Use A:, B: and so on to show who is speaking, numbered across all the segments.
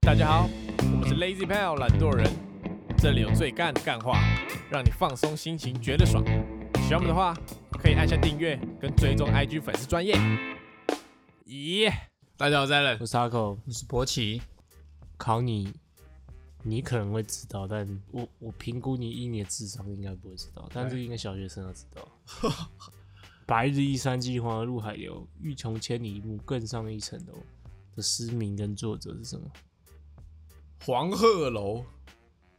A: 大家好，我们是 Lazy Pal 懒惰人，这里有最干的干话，让你放松心情，觉得爽。喜欢我们的话，可以按下订阅跟追踪 IG 粉丝专业。咦，大家好，我是 a l
B: 我是 Taco，
C: 我是博奇，
B: 考你，你可能会知道，但我我评估你以你的智商应该不会知道，但这个应该小学生要知道。 白日依山计，黄河入海流，欲穷千里目，更上一层楼。的诗名跟作者是什么？
A: 黄鹤楼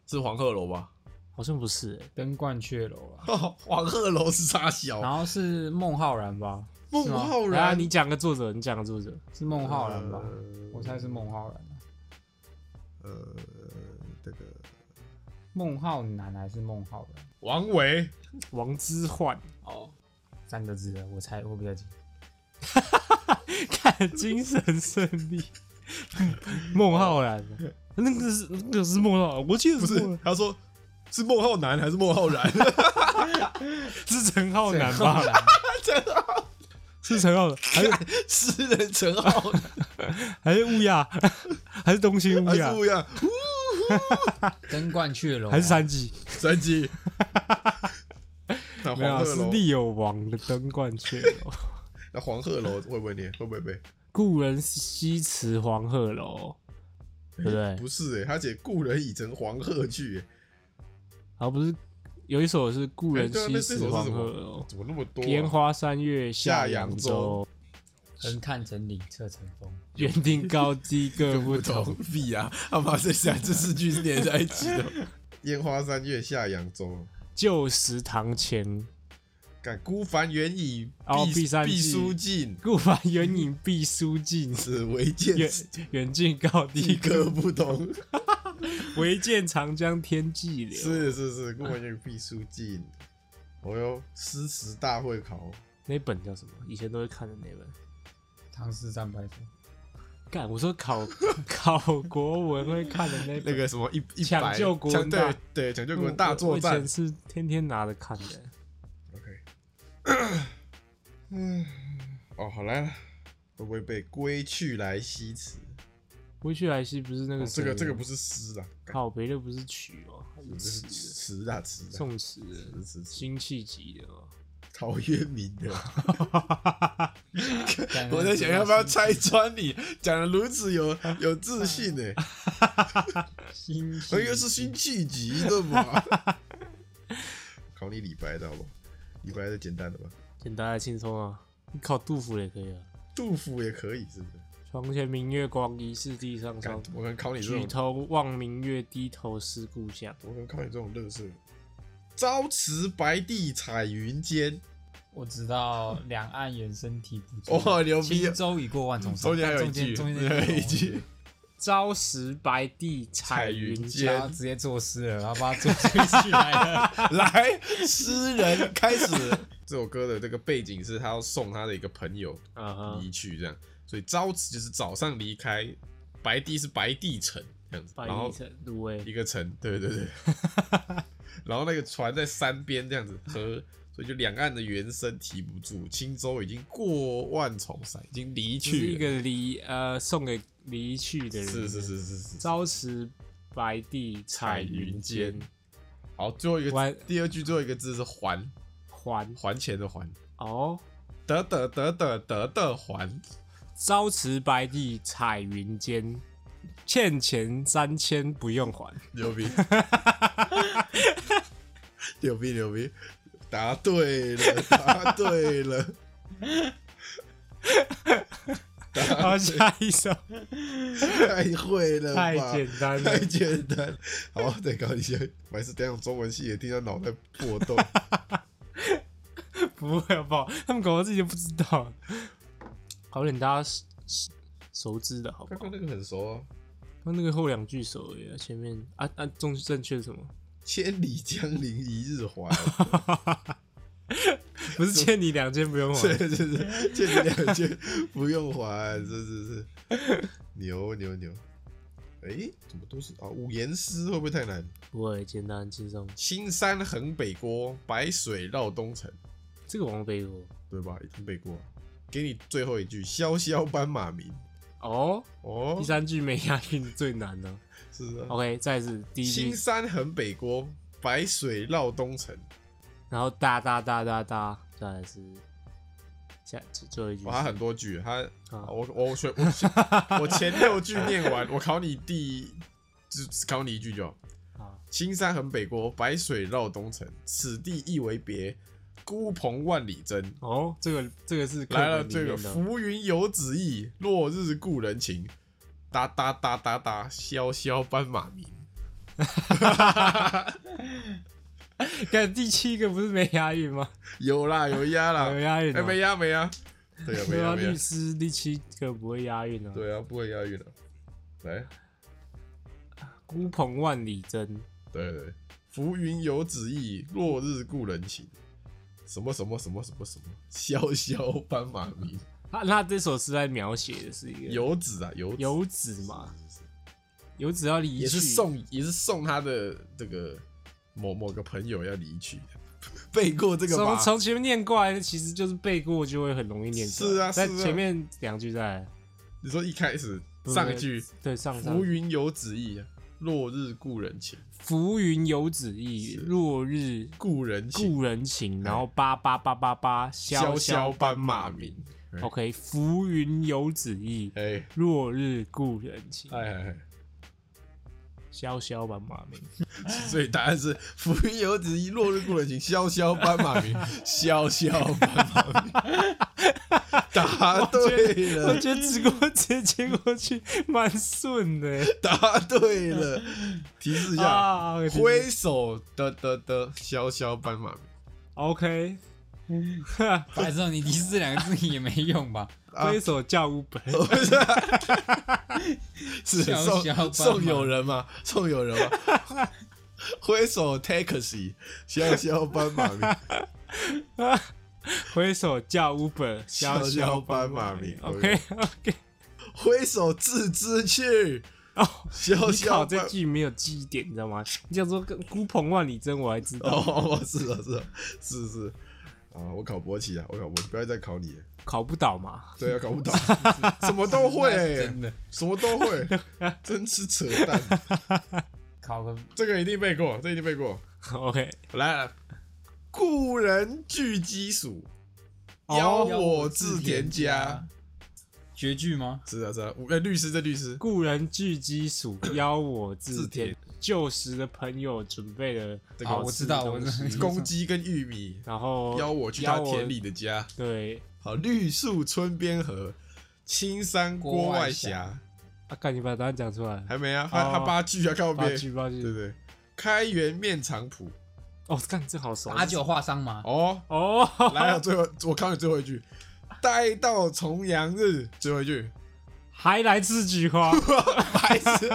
A: 是黄鹤楼吧？
B: 好像不是、欸，
C: 登鹳雀楼啊，
A: 黄鹤楼是啥小？
C: 然后是孟浩然吧？
A: 孟浩
B: 来啊，
A: 然，
B: 你讲个作者，你讲个作者。
C: 是孟浩然吧？
A: 呃
C: 我猜是孟浩然、啊，
A: 呃，这个
C: 孟浩南还是孟浩然？
A: 王维
B: 王之涣，
A: 哦，
C: 三个字的，我猜我比较近。
B: 看 精神胜利。 孟浩然啊，那个是那个是孟浩然，我记得
A: 不
B: 是 孟浩
A: 是，他说是孟浩南还是孟浩然？
B: 是 陈浩南吧？是陈浩南，还有
A: 诗人陈浩南
B: 还是乌鸦， 还是东兴乌
A: 还
B: 鸦
A: 是，不一样？
C: 登鹳雀 楼啊、
B: 还是山鸡？
A: 三级。 那
B: 没有
A: 黄
B: 啊，
A: 鹤
B: 是
A: 楼，
B: 利友王的登鹳雀 楼。
A: 那黄鹤楼会不会念？会不会背？
B: 故人西辞黄鹤楼，对不对？
A: 不是哎、他写故人已乘黄鹤去、欸，
B: 然后不是有一首是故
A: 哎
B: 人
A: 对啊那
B: 西
A: 这
B: 辞
A: 首
B: 黄
A: 是什
B: 鹤
A: 么
B: 楼？，
A: 怎么那么多、
B: 烟
A: 啊？
B: 花三月下扬
A: 下扬
B: 州，
C: 横看成岭侧成峰，
B: 园丁高低各不 同。
A: 屁啊！他妈这下这四句是连在一起的。烟花三月下扬州，
B: 旧时堂前
A: 感孤帆远影
B: 哦
A: 碧
B: 碧山
A: 碧
B: 记
A: 书尽，
B: 故凡远影毕书 尽，
A: 只为见
B: 远远近高低
A: 一
B: 各
A: 歌不同。
B: 唯见长江天际流。
A: 是是是，顾文远必书尽。哦哟，诗词大会考，
B: 那本叫什么？以前都会看的那本。
C: 唐诗三百首，
B: 干，我说考 考国文会看的那
A: 那
B: 本，
A: 个什么一一
B: 抢
A: 百
B: 救国
A: 抢
B: 文
A: 对
B: 大
A: 对抢救国文大
B: 我
A: 作
B: 以
A: 战
B: 前。是天天拿着看的。
A: OK，嗯，哦，好来了，会不会被归去来兮辞？
B: 归去来兮不是那个
A: 哦这
B: 谁
A: 个
B: 吗
A: 这个不是诗啦，干
B: 靠北的不是曲哦，它
A: 这
B: 是
A: 是
B: 词，
A: 词啦词啦，
B: 宋词的
A: 词词词，
B: 辛弃疾的哦。
A: 陶渊明 的。
C: 干
A: 我在想要不要拆穿你，讲的如此有有自 信呢、欸？
C: 辛
A: 我
C: 弃
A: 应该是辛弃疾的嘛。考你李白的好不好？李白的简单的吧，
B: 简单的轻松啊，你考杜甫也可以啊。
A: 杜甫也可以是不是？
B: 床前明月光，疑是地上
A: 干
B: 霜。
A: 我可能考你这
B: 举
A: 种，
B: 头望明月，低头思故乡。
A: 我可能考你这种乐色。朝辞白帝彩云间，
C: 我知道两岸猿声啼不住，
A: 哇牛逼
C: 轻舟已过万重山。
A: 中间还有一句，
C: 中间中间
A: 还有一 句，
B: 朝识白帝彩云
A: 云
B: 间。
C: 他直接作诗了，然后把它作诗起来 了。
A: 来，诗人开始。 这首歌的这个背景是他要送他的一个朋友
B: 啊哈，
A: 离去，这样，所以朝辞就是早上离开，白帝是白帝城这样子，
B: 翻
A: 然后
B: 译成芦苇。
A: 一个城，对对 对，然后那个船在山边这样子河，所以就两岸的猿声啼不住，轻舟已经过万重山，已经离
B: 就是一
A: 去了，
B: 个离呃送给离去的人。
A: 是是是是是。
B: 朝辞白帝彩云间，
A: 好，最后一个
B: 还
A: 字第二句最后一个字是还，
B: 还
A: 还钱的还，
B: 哦。
A: 得得得得得得还。
B: 朝辞白帝彩云间，欠钱三千不用 还。
A: 牛 逼，牛逼牛逼，答对 了，答对了，
B: 好，下一首
A: 太会了吧，
B: 太简单了
A: 太。简单。好，再搞一下，我还是等一下中文系也听到脑袋破 洞。
B: 不会好不好？他们搞到自己都不知道，好点大家熟熟熟知的好不
A: 刚
B: 好？
A: 刚那个很熟啊，
B: 他那个后两句熟而已啊，前面啊啊正正确是什么？
A: 千里江陵一日还，
B: 不 是欠你两千不用
A: 对
B: 还，
A: 对对，欠你两句不用还，是是是，牛牛牛。哎、怎么都是啊？五言诗会不会太难？
B: 不会简单轻松。
A: 青山横北郭，白水绕东城。
B: 这个王背过
A: 对吧？已经背过了。给你最后一句：“萧萧斑马鸣。
B: 哦，
A: 哦
B: 第，三句没押韵是最难的。
A: 是的。
B: OK，再一次第一句
A: 青，山横北郭，白水绕东城。
B: 然后哒哒哒哒哒，再来是下最最后一句
A: 哇，他
B: 是。
A: 很多句，他
B: 啊
A: 我我选我选我前六句念完，我考你第只只考你一句就好。
B: 好
A: 青山横北郭，白水绕东城，此地一为别，孤蓬万里征。
B: 哦，这个这个是课
A: 来了，
B: 本里
A: 这个
B: 面的
A: 浮云游子意，落日故人情。哒哒哒哒哒，萧萧斑马 鸣。
B: 看第七个不是没押韵吗？
A: 有啦，有押啦，
B: 有押韵
A: 哎，
B: 哦
A: 没押没押，对啊，没
B: 对啊，
A: 押没押
B: 律，师第七个不会押韵啊。
A: 对啊，不会押韵的。来，
B: 孤蓬万里征，
A: 对对对，浮云游子意，落日故人情。什么什么什么什么什么，萧萧斑马 鸣。
B: 他那这首诗在描写的是一个
A: 游子啊，游子
B: 游子嘛，游子要离去，
A: 也是送，也是送他的这个某某个朋友要离去的，背过这个吧
B: 从？从前面念过来，其实就是背过就会很容易念出来。
A: 是啊
B: 在
A: 是啊
B: 前面两句再来
A: 你说一开始上一句
B: 对上
A: “
B: 上
A: 浮云游子意，啊落日故人情，
B: 浮云游子意，落日
A: 故人情，
B: 故人情，然后八八八八八，萧
A: 哎萧
B: 萧
A: 萧
B: 斑
A: 斑
B: 马
A: 马
B: 鸣
A: 鸣。”。
B: OK，浮云游子意，
A: 哎
B: 落日故人情，
A: 哎哎
B: 萧萧斑马鸣。
A: 哎，所以答案是“浮云游子意，落日故人情，萧萧斑马鸣， 萧萧斑马鸣”。 答对
B: 我
A: 了，
B: 觉得直过直接接过去蛮顺的欸
A: 答对了。提示一下，
B: 啊。我的天
A: 挥手的的的，萧萧斑 马鸣。
B: OK，
C: 白痴哦，你提示这两个字也没用吧？
A: 啊
B: 挥手叫五本。
A: 不是啊，是
C: 小小斑马
A: 送送友人嘛，送友人嘛， 挥手 taxi，小小斑马鸣，
B: 挥手叫 Uber，
A: 潇潇斑马
B: 鸣
A: 鸣。
B: OK OK，
A: 挥手置之去，
B: 哦，
A: 小
B: 你考
A: 小
B: 这
A: 斑。
B: 句没有记忆点，你知道吗？你想说孤蓬万里征，我还知道。
A: 哦，是啊，是啊，是是啊，我考博起啊，我考博，不要再考你了，
B: 考不倒嘛？
A: 对啊，搞不懂，什么 都会、
C: 那是真的
A: 什么都会，真是扯淡，
C: 考个
A: 这个一定背过，这一定背过，
B: OK，
A: 来了，故人具鸡黍，
B: 哦
A: 邀我至田家。
C: 绝句吗？
A: 是啊，是啊，五呃，律师这律师，
B: 故人具鸡黍，邀我至
A: 自
B: 田
A: 田。
B: 旧时的朋友准备了
A: 这个
B: 好
C: 我
B: 吃
C: 知
B: 的
C: 道我
B: 东
C: 知道
B: 西，
A: 公鸡跟玉米
B: 然后
A: 邀我去他田里。的家。
B: 对，
A: 好，绿树村边合，青山郭外
C: 郭
A: 斜。
B: 啊，赶紧把答案讲出来。
A: 还没啊，他他
B: 哦
A: 八句啊，靠
B: 八
A: 边，
B: 句八
A: 对
B: 句。
A: 对。开元面场圃
B: 哦，看这好熟。
C: 把酒话伤嘛。
A: 哦，
B: 哦，
A: 来了最后，我考你最后一句，待到重阳日，最后一句，
B: 还来吃菊花。
A: 白痴，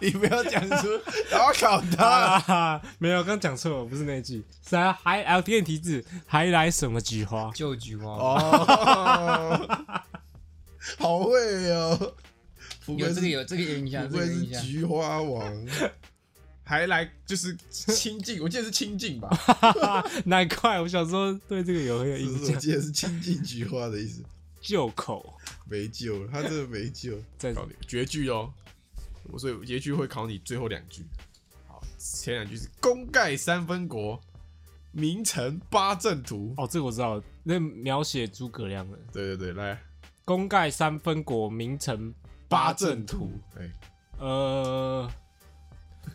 A: 你不要讲出，然后考他 了，
B: 啊，没有，刚讲错了，不是那句。是啊，还还有第二题字，还来什么菊花？
C: 旧菊花，
A: 哦，好会哦，不
C: 有
A: 愧
C: 这个
A: 是
C: 有这个有印象，
A: 不
C: 这
A: 愧
C: 个有
A: 是
C: 印象。
A: 菊花王，啊还来就是清净，我记得是清净吧，
B: 难怪我小时候对这个有很有
A: 是
B: 印
A: 不是我
B: 象。
A: 记得是清净菊花的意思，
B: 旧口，
A: 没救了，他真的没救，
B: 再
A: 考你绝句哦，我所以绝句会考你最后两句，好，前两句是功盖三分国，名臣八阵图，
B: 哦，这个我知道，那描写诸葛亮的
A: 对对对，来
B: “功盖三分国，名臣八
A: 八
B: 阵
A: 阵
B: 图
A: 图，哎，”。
B: 呃，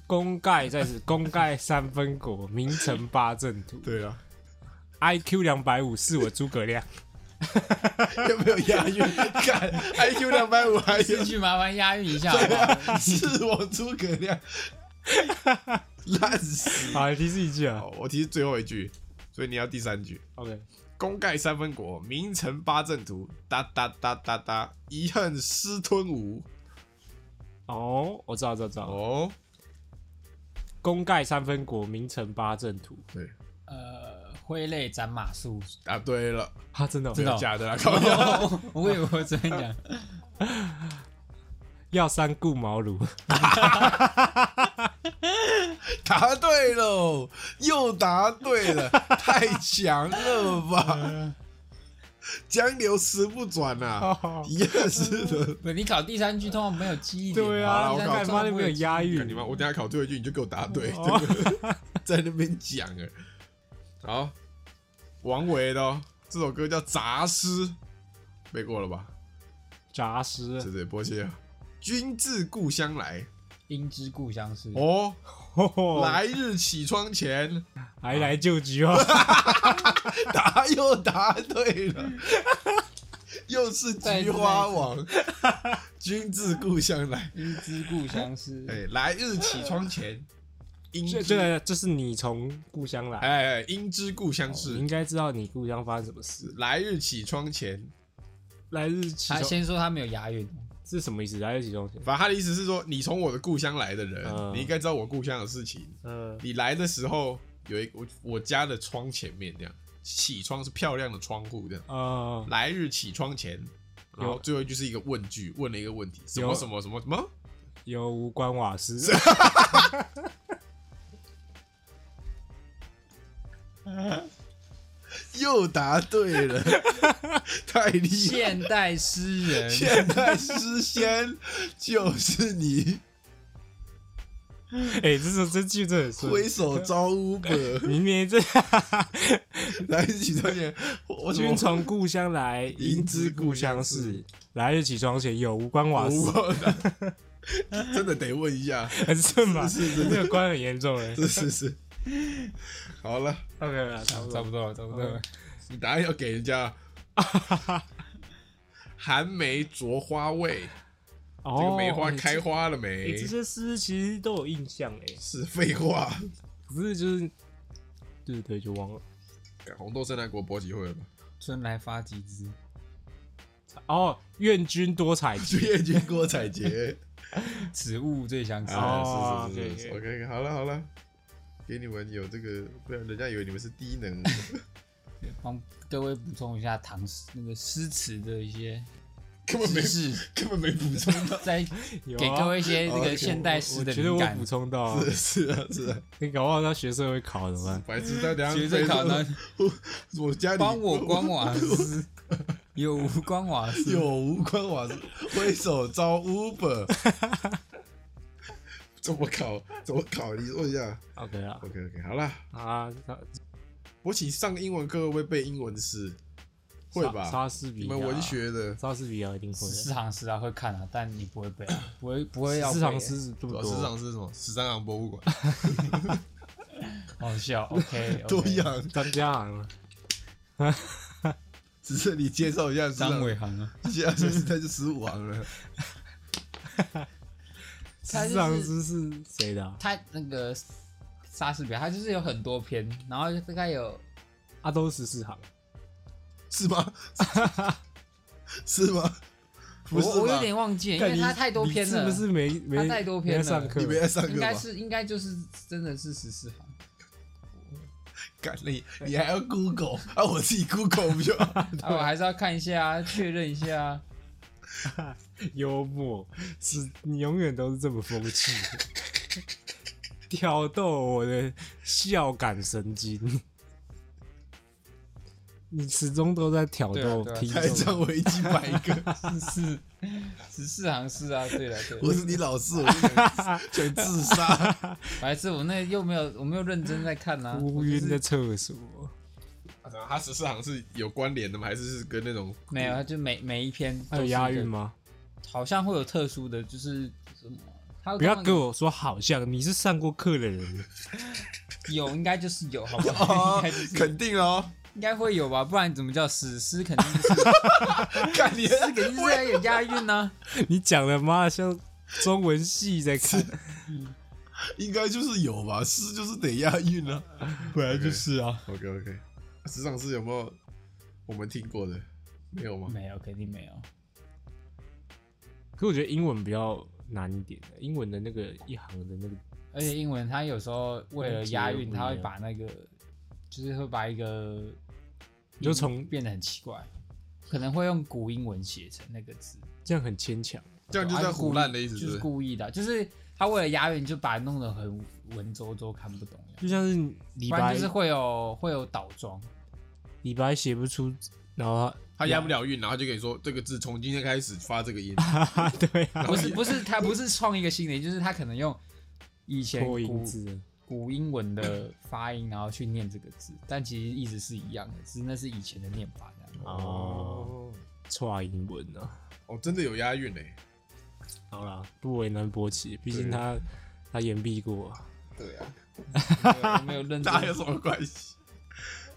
B: 功盖再是功盖三分国，名臣八阵图。
A: 对啊，
B: IQ 两百五是我诸葛亮。
A: 有没有押 韵？看 IQ 两百五还有
C: 这句麻烦押韵一下好不好？
A: 是我诸葛亮， 烂死！
B: 好，提示一句啊
A: 好，。我提最后一句，所以你要第三句。
B: OK，
A: 功盖三分国，名臣八阵图，哒哒哒哒哒，遗恨失吞吴。
B: 哦，我知道，知道，知道。
A: 哦，
B: 功盖三分国，名臣八阵图。
A: 对
C: 呃，挥泪斩马谡。
A: 答对了，
B: 啊，真的哦、
C: 真的哦
A: 假的啦，靠腰
C: 哦 我以为我昨天讲，
B: 要三顾茅庐，
A: 答对 哎喽，又答对了，太强了吧！江流石不转呐、 啊，一样是的。
C: 不你考第三句通常没有记忆点嘛，
A: 对啊
C: 第三句
A: 我靠
C: 通常
B: 妈的没
C: 不会
B: 有
C: 记忆
B: 押
A: 干你
B: 韵，
A: 妈！我等一下考最后一句你就给我答对，
B: 哦
A: 对不对 在那边讲哎。好，王维的、哦、这首歌叫《杂诗》，背过了吧？
B: 杂食
A: 对对，波切。啊君自故乡来，
C: 应知故乡是。
A: 哦，
B: 来
A: 来日绮窗前，
B: 还来救急哦，
A: 答又答对了，
B: 嗯
A: 又是菊花王。君自故乡来，
C: 应知故乡是，
A: 哎，来日绮 窗前，应
B: 这
A: 知
B: 这这是你从故乡来，
A: 哎，哎应知故乡
B: 你
A: 事
B: 哦应。该知道你故乡发生什么事。
A: 来日绮窗前，
B: 来日起
C: 他
B: 床
C: 先说他没有押韵，
B: 是什么意思？来日起床前，
A: 反正他的意思是说，你从我的故乡来的人，
B: 嗯
A: 你应该知道我故乡的事情。
B: 呃，
A: 你来的时候有一我我家的窗前面这样，起窗是漂亮的窗户这样。
B: 啊，
A: 来日起窗前，然后最后就是一个问句，问了一个问题，什么
B: 有
A: 什么什么什么？
B: 有无关瓦斯，
A: 啊 又答对 了，太厉害！
C: 现代诗人，
A: 现代诗仙就是你，
B: 哎，这是这句真的很顺
A: 挥手招乌 本，
B: 明年这
A: 来日起窗前，我我怎 么
B: 君从故乡来，
A: 迎
B: 应
A: 之
B: 知
A: 故
B: 故
A: 乡
B: 乡
A: 事
B: 事。来日起床前，有无关瓦斯？
A: 我 真的得问一下，
B: 很 顺吧？
A: 是是是
B: 这个关很严重哎。
A: 是是是。好了，
B: OK 了，差不
C: 差
B: 多。
C: 不多了，差不多
A: 哦
C: 了。
A: 你答案要给人家。寒梅着花未，
B: 哦
A: 这个梅花
B: 哎
A: 开花了
B: 哎
A: 没
B: 这？些诗其实都有印象哎，
A: 是废话。
B: 可是就是对对对，就忘了。
A: 干红豆生来国博几会了 吧？
C: 春来发几枝，
B: 哦，愿君多采 撷。
A: 就叶君郭采洁。
C: 此物最相思。
A: 啊，
B: 哦
A: 是是是是是
B: 可以
A: ，OK，好了好了，给你们有这个，不然人家以为你们是低能。
C: 帮各位补充一下唐诗那个诗词的 一些
A: 根本 没
C: 知识，
A: 根本没补充到。
C: 再
B: 有啊
C: 给各位一些这
A: 哦有
C: 个现代诗
B: 我
C: 的
B: 觉得
C: 灵
B: 我
C: 感
B: 补。充到啊，
A: 是啊是啊，
B: 你搞不好他学社会考怎么办？
A: 白痴在等下
C: 学生
A: 被
C: 考呢，
A: 我我家里
C: 帮我关瓦斯，有无关瓦斯？
A: 有无关瓦斯，挥手招 Uber。怎么考？怎么考？你说一下。
B: OK 啦，
A: OK OK，好啦，
B: 啊，那
A: 博起上英文课会不会背英文诗？会吧？
C: 啊
B: 莎莎士比
A: 你
B: 亚，
A: 们文，学的，
B: 莎士比亚一定会
C: 十
B: 的。
C: 行诗啊，会看啊，但你不会背 啊，不会不会要
B: 市
C: 背
B: 场
C: 欸
B: 诗这
A: 主
B: 么
A: 要市
B: 多，
A: 场是什么？十三行博 物馆，
C: 好 笑。OK，
A: 多一样。
B: 专家行啊了。
A: 只是你介绍一下市场
C: 张伟航啊，
A: 现在现在就十五 行了，
C: 他
B: 市场
C: 就
B: 诗
C: 是
B: 是谁的啊？
C: 他那个莎士比亚，他就是有很多篇，然后大概有
B: 啊，都十四行。
A: 是吗？是吗？不
C: 我
A: 是
C: 我有
A: 吧？
C: 点忘记了，
B: 干
C: 因为
B: 你
C: 他太多
B: 你
C: 篇了，
B: 是不啊是没没
C: 他太多
B: 没
C: 篇了
B: 上课
A: 你？没在上
C: 应
A: 课
C: 该
A: 吧？
C: 是应该就是真的是十四行。
A: 干你你还要 Google 啊？我自己 Google 不 就好？
C: 啊，我还是要看一下啊，确认一下啊。
B: 幽默是你永远都是这么风趣，挑逗我的笑感神经。你始终都在挑
C: 对啊
B: 逗
C: 对啊
B: 听
A: 还
B: 众，
A: 占维基百科？
C: 是十四行诗啊，对了对
A: 我
C: 了，
A: 是你老师，我就想想自 杀。
C: 白痴，我那又没有我没有认真在看啊，
B: 乌
C: 我就
B: 晕在
C: 是
B: 厕所。
A: 他十四行是有关联的吗？还是是跟那种
C: 没有，他啊就每每一篇
B: 还有
C: 都是
B: 押
C: 一个
B: 韵吗？
C: 好像会有特殊的，就是什么，他
B: 不要跟我说好像，你是上过课的人。
C: 有，应该就是有， 好不好？应
A: 哦
C: 该就是
A: 肯定哦，
C: 应该会有吧，不然怎么叫史诗？肯定是
A: 看你啊
C: 肯定是要有押韵啊呢、
B: 你讲的妈的像中文系在看，
A: 应该就是有吧，是就是得押韵啊。
C: 本来
A: 就是
C: 啊，
A: OK OK，职场是有没有我们听过的？没有吗？
C: 没有，肯定没有。
B: 可我觉得英文比较难一点，英文的那个一行的那个
C: 而且英文它有时候为了押韵，
B: 音节又不一样
C: 它会把那个，就是会把一个
B: 你就从
C: 音变得很奇怪，可能会用古英文写成那个字，
B: 这样很牵强。
A: 这样就
C: 啊
A: 在胡乱的意思，
C: 就是是
A: 不是
C: 故意的，就是他为了押韵就把它弄得很文绉绉看不懂一样，
B: 就像是李
C: 不然
B: 白
C: 就是，会有会有倒装。
B: 李白写不出，然后
A: 他押不了韵，然后就跟你说这个字从今天开始发这个音，
B: 对啊，
A: 然后
C: 不是
A: 也
C: 不是，他不是创一个新的，就是他可能用以前
B: 破音
C: 古
B: 字，
C: 古英文的发音，然后去念这个字，但其实意思是一样的，只是那是以前的念法这样。
B: 哦，错英文啊。
A: 哦，真的有押韵嘞。
B: 好啦，不为难博奇，毕竟
A: 对
B: 他他言必过啊。
A: 对
C: 没
A: 啊，
C: 有 没有认
A: 大家有
C: 真，
A: 什么关系？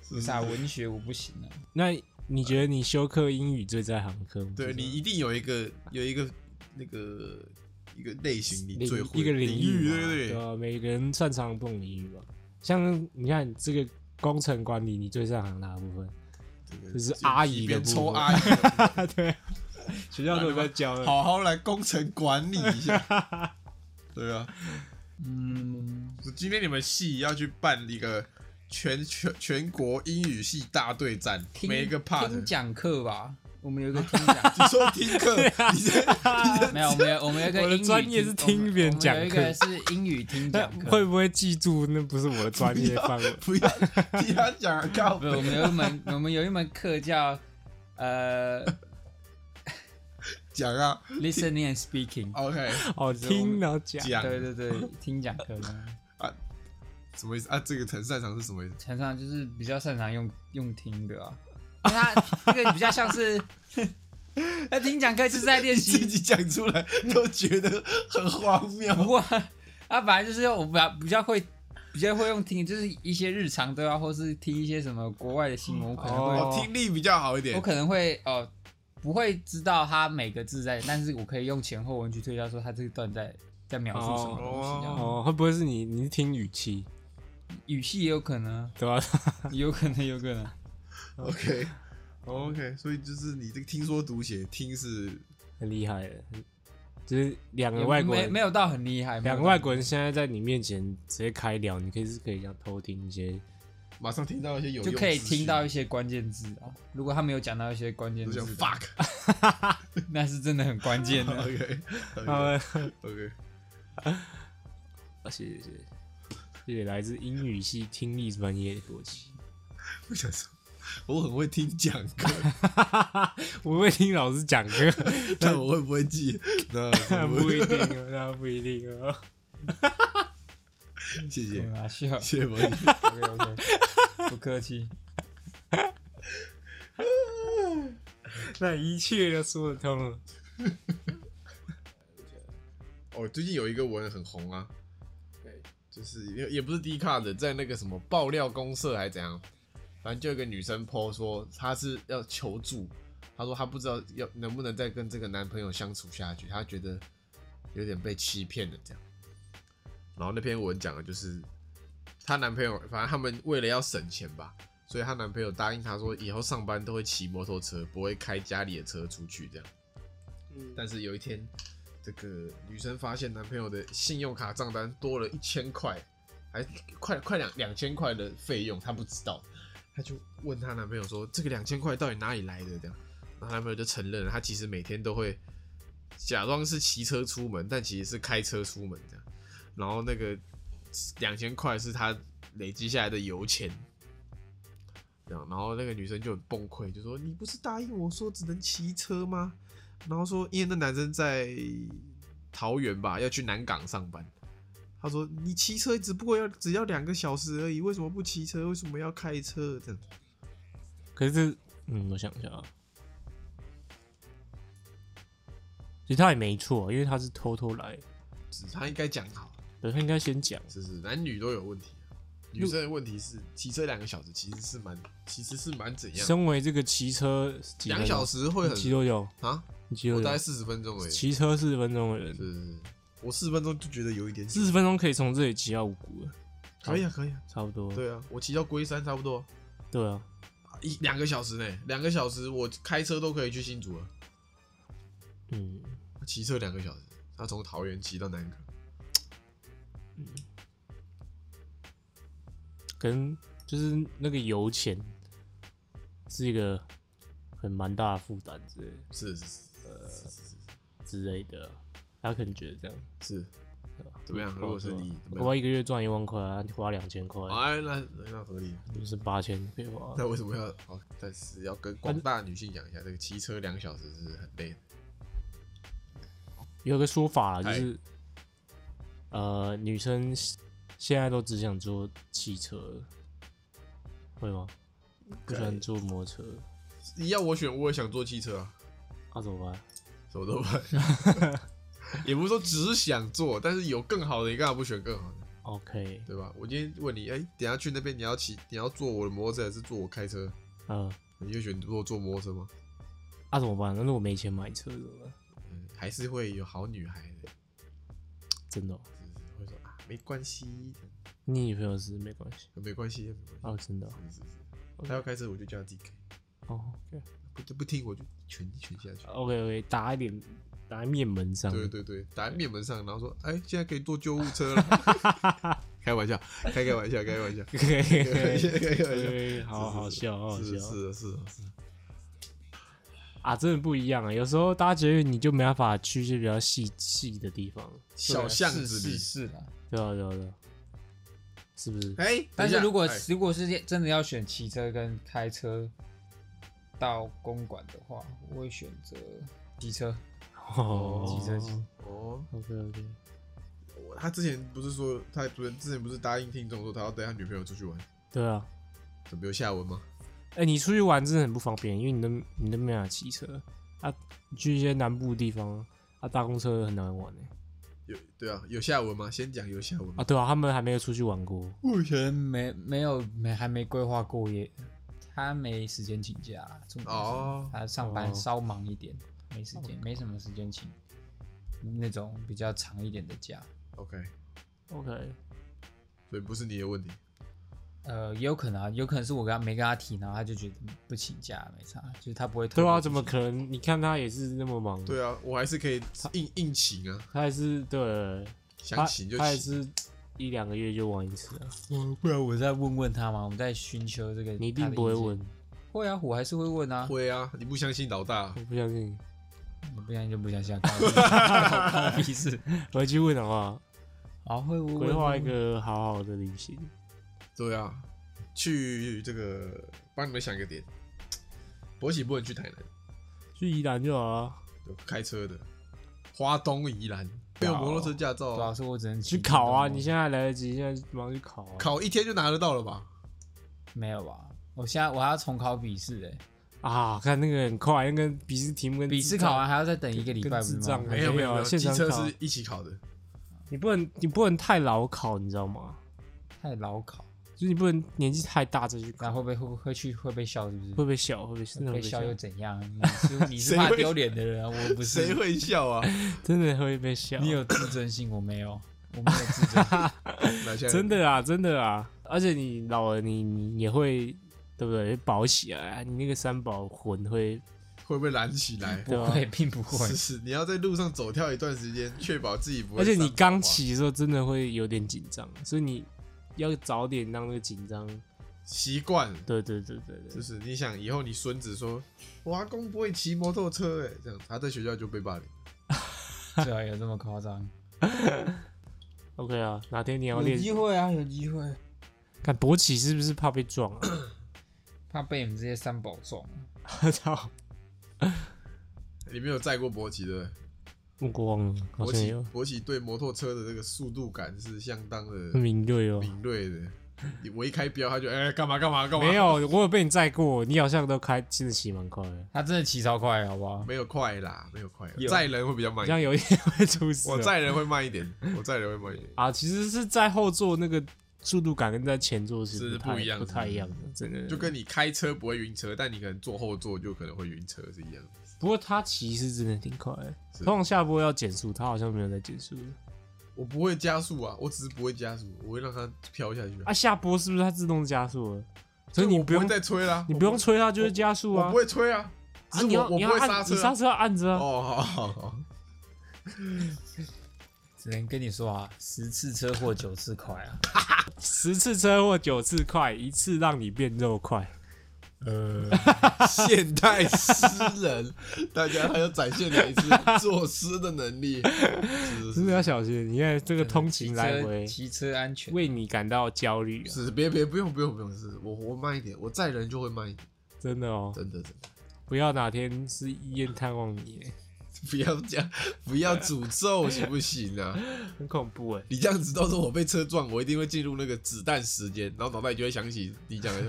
A: 是不是
C: 啥文学我不行啊。
B: 那你觉得你修课英语最在行科吗？
A: 对你一定有一个有一个那个一个类型你
B: 领
A: 最会
B: 一个
A: 领
B: 域
A: 域，
B: 嘛，
A: 对不对？
B: 对啊，每个人擅长不同领域吧。像你看这个工程管理，你最擅长哪个部分？
A: 这个
B: 就是阿姨的
A: 一边
B: 部
A: 抽
B: 分
A: 阿姨 的部分，
B: 对，学校都有在教的。
A: 好好来工程管理一下。 对啊，
C: 嗯，
A: 今天你们系要去办一个全全全国英语系大对战，
C: 听
A: 每一个
C: 听
A: part。
C: 讲课吧，我们有一个听 讲课。
A: 你说听课，你在你在
C: 没有，我们有我们有一个
B: 我的
C: 英语
B: 专业是听别人讲课
C: 我们有一个是英语听
B: 那
C: 讲 课。
B: 会不会记住？那不是我的专业范 围。
A: 不要替他讲，啊靠
C: 不是，我们有一门 我们有一门课叫呃
A: 讲啊。
C: listening and speaking。
A: OK，
B: 哦， 听然后讲，
A: 讲
C: 对对对，听讲课呢，
A: 什么意思啊？这个很擅长是什么意思？
C: 常常就是比较擅长用用听的 啊，因为他这个比较像是，那听讲课就是在练
A: 自
C: 习，
A: 己讲出来都觉得很荒 谬。
B: 哦
C: 不过啊，本来就是我比较比较会比较会用听，就是一些日常对啊，或是听一些什么国外的新闻，我可能会、
B: 哦
A: 哦，听力比较好一点
C: 我。可能会哦。不会知道他每个字在，但是我可以用前后文去推敲，说他这段在在描述什么东西这样。
B: 哦，会不会是你？你是听语气
C: 语气也有可能啊，
B: 对吧？
C: 有可能，有可能。
A: OK，OK，、所以就是你这个听说读写，听是
B: 很厉害的，就是两
C: 也
B: 个 外国
C: 没
B: 人
C: 没有到很厉害，没有
B: 两
C: 到
B: 个外国人现在在你面前直接开聊，你可以是可以这样偷听一些。
A: 马上听到一些有用
C: 就可以
A: 资讯
C: 听到一些关键字啊。如果他没有讲到一些关键
A: 就
C: 字的
A: 像
C: 话，
A: fuck
C: 那是真的很关键 的。
A: OK
B: 他
A: OK
B: 们
C: 呃
A: OK，
B: 啊谢谢谢谢，谢谢来自英语系听力专业的国旗。
A: 我想说，我很会听讲 课，
B: 我会听老师讲课，
A: 但我会不会记？那
B: 那
A: 我
B: 不一 定哦，那不一定哦。
A: 谢
C: 对
A: 谢
C: 啊，笑。
A: 谢谢博弈
C: OK OK，不客气。
B: 那一切都说得通了。
A: 哦，最近有一个文很红啊，就是也也不是低卡的，在那个什么爆料公社还是怎样，反正就有一个女生 PO 说她是要求助，她说她不知道要能不能再跟这个男朋友相处下去，她觉得有点被欺骗了这样。然后那篇文讲的就是她男朋友，反正他们为了要省钱吧，所以她男朋友答应她说以后上班都会骑摩托车，不会开家里的车出去这样。但是有一天，这个女生发现男朋友的信用卡账单多了一千块，还快快两两千块的费用，她不知道，她就问她男朋友说：“这个两千块到底哪里来的？”这样，然后男朋友就承认了，他其实每天都会假装是骑车出门，但其实是开车出门这样。然后那个两千块是他累积下来的油钱。这样，然后那个女生就很崩溃，就说：“你不是答应我说只能骑车吗？”然后说，因为那男生在桃园吧，要去南港上班。他说：“你骑车只不过要只要两个小时而已，为什么不骑车？为什么要开车？”这样，
B: 可是，嗯，我想一下啊，其实他也没错，啊因为他是偷偷来，
A: 只他应该讲好，
B: 对他应该先讲。
A: 就是男女都有问题啊、女生的问题是骑车两个小时其实是蛮，其实是蛮怎样？
B: 身为这个骑车几分
A: 两
B: 钟
A: 小，时会
B: 你骑
A: 很
B: 多久？
A: 啊？
B: 你骑多
A: 我大概
B: 久？
A: 四十分钟而已。
B: 骑车四十分钟的人，
A: 是，我四十分钟就觉得有一点久。
B: 四十分钟可以从这里骑到五谷了，
A: 可以啊，可以啊。
B: 差不多。
A: 对啊，我骑到龟山差不多
B: 对啊，
A: 一两个小时呢，两个小时我开车都可以去新竹了。
B: 嗯，
A: 骑车两个小时，他从桃园骑到南港。
B: 跟就是那个油钱是一个很蛮大的负担之类
A: 是是是
B: 之类的，他可能觉得这样。
A: 是，怎么样？如果是你，怎
B: 我
A: 么样？
B: 要一个月赚一万块啊，花两千块，
A: 哎，那那那合理。
B: 就是八千啊可以花。
A: 那为什么要？哦，但是要跟广大女性讲一下，这个骑车两小时是很累的。
B: 有个说法啦就
A: 哎
B: 是，呃，女生现在都只想坐汽车，会吗？不喜欢坐摩托车，
A: 你要我选，我也想坐汽车啊，
B: 那、怎么办？
A: 什么都办。也不是说只想坐，但是有更好的，你干嘛不选更好的？
B: OK，
A: 对吧？我今天问你，哎、等一下去那边你要骑，你要坐我的摩托车还是坐我开车？
B: 呃，
A: 你会选坐坐摩托车吗？
B: 那、啊怎么办？那如果没钱买车怎么办？
A: 嗯，还是会有好女孩的，
B: 真的哦、
A: 就是会说啊，没关系，
B: 你女朋友是没关系
A: 没关系，没关
B: 哦，真的哦
A: 系，是是是。他要开车我就叫他自己开，
B: 哦，OK。
A: 不就不听我就拳拳下去。
B: OK OK，打一点，打在面门上。
A: 对对对，打在面门上，然后说，哎，现在可以坐救护车了。 开玩笑，开开玩笑，开玩笑，开玩笑，
B: 对，
A: 开玩笑。
B: 好好笑，好好笑
A: 是是是是的是的，啊
B: 啊！真的不一样啊，有时候搭捷运你就没办法去一些比较细细的地方，
A: 小巷子
C: 是
A: 里。
C: 是啦。
B: 对啊对啊对啊，是不是？
A: 哎，
C: 但是
A: 等一下
C: 如果
A: 哎
C: 如果是真的要选骑车跟开车到公馆的话，我会选择机车。
B: 哦，
C: 机车机
A: 哦，
B: OK OK，
A: 我他之前不是说他不是之前不是答应听众说他要带他女朋友出去玩，
B: 对啊。
A: 怎么有下文吗？
B: 哎，你出去玩真的很不方便，因为你都你都没办法骑车啊，你去一些南部的地方啊，搭公车很难玩哎。
A: 有对啊，有下文吗？先讲有下文
B: 啊，
A: 吗？
B: 对啊，他们还没有出去玩过。
C: 目前没没有没还没规划过耶，他没时间请假啦，重点是
A: 哦
C: 他上班稍忙一点，没时间，没什么时间请那种比较长一点的假。
A: OK，
B: OK，
A: 所以不是你的问题。
C: 呃，也有可能啊，有可能是我跟他没跟他提，然后他就觉得不请假没差，就是他不会。
B: 对啊，怎么？可能？你看他也是那么忙，
A: 对啊，我还是可以硬硬请啊，
B: 他也是对，
A: 想请就
B: 他他也
A: 请。
B: 是一两个月就玩一次啊，
C: 我不然我再问问他嘛，我们再寻求这个。
B: 你一定不会问。，
C: 会啊，我还是会问啊。
A: 会啊，你不相信老大
B: 我？不相信，
C: 你不相信就不相信啊，关我屁事关 我屁事。
B: 回去问好不好？
C: 好，会问
B: 规划一。
C: 会问
B: 个好好的旅行，
A: 对啊，去这个帮你们想一个点，博喜不能去台南，
B: 去宜兰就好啊了，
A: 有开车的，花东宜兰没有摩托车驾照
C: 对啊，
A: 啊，
C: 所以我只能
B: 去
C: 提
B: 考啊！
C: 这个
B: 你现在还来得及，现在马上去考啊！
A: 考一天就拿得到了吧？
C: 没有吧？我现在我还要重考笔试哎，
B: 啊，看那个很快，那个笔试题目跟啊
C: 笔试
B: 智障
C: 考啊完还要再等一个礼拜，
B: 跟
C: 不是
B: 智
C: 吗
B: 障？哎
A: 没有没有没有，
B: 现
A: 机
B: 场
A: 车
B: 考
A: 是，一起考的。
B: 你不能你不能太老考，你知道吗？
C: 太老考，
B: 就是你不能年纪太大再去
C: 那
B: 考，
C: 会被会不会去会被笑是不是？
B: 会不会笑？会不会真的会
C: 被
B: 被
C: 笑
B: 笑？
C: 又怎样？你是你是
A: 谁
C: 怕
A: 会
C: 丢脸的人啊，我不
A: 谁
C: 是。
A: 会 笑啊？
B: 真的会被笑。
C: 你有自尊心，我没有，我没有自尊心。
A: 那现在
B: 真的啊，真的啊！而且你老了你，你也会，对不对？保起来，啊你那个三宝魂会，
A: 会不会燃起来？
B: 对
C: 不
B: 啊
C: 会，并不会
A: 是。是，你要在路上走跳一段时间，确保自己不会。
B: 而
A: 啊
B: 且你刚，起的时候真的会有点紧张，所以你要早点让那个紧张。
A: 习惯了
B: 对对对对
A: 就
B: 对，
A: 是你想以后你孙子说，我阿公不会骑摩托车哎，这样他在学校就被霸凌。
C: 对啊，有这么夸张？
B: ，OK 啊，哪天你要练，
C: 会啊，有机会。
B: 看勃起是不是怕被撞啊？
C: 怕被你们这些三宝中，
B: 操，
A: 你没有载过博奇对不对？
B: 目光啊好
A: 博
B: 像
A: 奇
B: 有
A: 博奇对摩托车的这个速度感是相当的
B: 很敏锐哦。
A: 敏锐的。你我一开标，他就哎干嘛干嘛干嘛，
B: 没有，我有被你载过，你好像都开，真的骑蛮快的，
C: 他真的骑超快，好不好？
A: 没有快啦，没有快啦，
C: 有
A: 载人会比较
B: 好
A: 慢一
B: 像
A: 点。
B: 有一点会出事哦。
A: 我载人会慢一点，我载人会慢一点。
B: 啊，其实是在后座那个速度感跟在前座是
A: 是
B: 不太
A: 不一样
B: 不
A: 的
B: 太一样的，嗯真的。
A: 就跟你开车不会晕车，但你可能坐后座就可能会晕车是一样的。
B: 不过他骑是真的挺快的，
A: 是
B: 通常下坡要减速，他好像没有在减速的。
A: 我不会加速啊，我只是不会加速，我会让它飘下去、啊。
B: 啊，下坡是不是它自动加速了？所以
A: 就
B: 你
A: 我
B: 不用
A: 会再吹啦，
B: 你
A: 我
B: 不用催它就会加速
A: 我
B: 啊
A: 不。会吹啊，
B: 啊，
A: 只
B: 你
A: 是我
B: 要
A: 我
B: 你
A: 不
B: 要
A: 会
B: 按，你
A: 车
B: 刹
A: 啊。
B: 车要按着啊。
A: 哦，好好好，
C: 只能跟你说啊，十次车祸九次快啊。
B: 十次车祸九次快，一次让你变肉快。呃，
A: 现代诗人，大家还要展现哪一次作诗的能力？是
B: 真
A: 是
B: 的要小心。你看这个通勤来回，
C: 骑车安全。
B: 为你感到焦虑、啊，
A: 是，别别不用不用不用，是我我慢一点，我载人就会慢一点，
B: 真的哦。
A: 真的真的，
B: 不要哪天是医院探望你耶，
A: 不要这样，不要诅咒行不行啊？
B: 很恐怖哎。
A: 你这样子，到时候我被车撞，我一定会进入那个子弹时间，然后脑袋就会想起你讲的，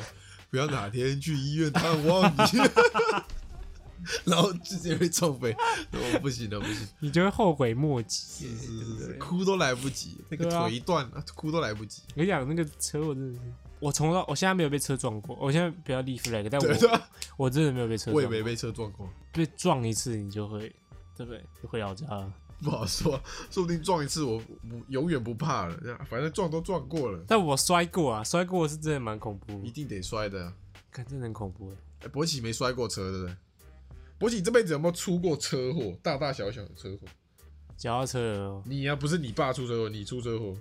A: 不要哪天去医院探望你， 然后直接被撞飞，我不行了，啊不行，
B: 你就会后悔莫及耶。
A: 是是是哭都来不及，那个
B: 对啊
A: 腿一断，哭都来不及，
B: 我跟你讲，那个车我真的是，我从到我现在没有被车撞过，我现在不要立 flag，但
A: 对
B: 我
A: 啊，
B: 我真的没有被车撞
A: 我也
B: 过，
A: 没被车撞过，
B: 被撞一次你就会，对不对？就回老家了。
A: 不好说，说不定撞一次我不永远不怕了，这样反正撞都撞过了，
B: 但我摔过啊，摔过是真的蛮恐怖
A: 一
B: 的，
A: 定得摔的啊。
B: 看真的很恐怖耶。
A: 欸博奇没摔过车，对不对？博奇这辈子有没有出过车祸？大大小小的车祸？
B: 脚踏车有没有
A: 你呀、不是你爸出车祸，你出车祸。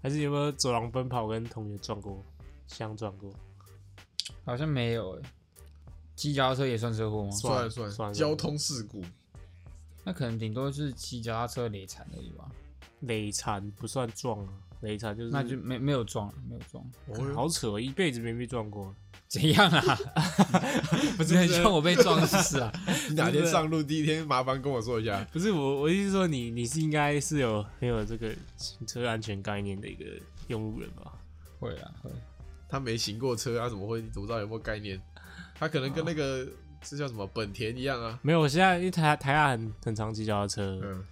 B: 还是有没有走廊奔跑跟同学撞过，相撞过？
C: 好像没有诶、骑脚踏车也算车祸吗？
A: 算
B: 算
A: 了
B: 了
A: 算
B: 算
A: 了，
B: 了
A: 交通事故
C: 那可能顶多是骑脚踏车累残而已吧，
B: 累残不算撞啊，累残就是
C: 那就没没有撞，啊没有撞，
B: 好扯哦，一辈子没被撞过。
C: 怎样啊？不是很像我被撞是不是啊？
A: 你哪天上路第一天，麻烦跟我说一下。
B: 不是我，我意思是说你你是应该是有很有这个行车安全概念的一个用路人吧？
C: 会啊会，
A: 他没行过车，他怎么会怎么知道有没有概念？他可能跟那个这叫什么本田一样啊。
B: 没有，我现在因为台台下很很常骑脚踏车，
A: 嗯，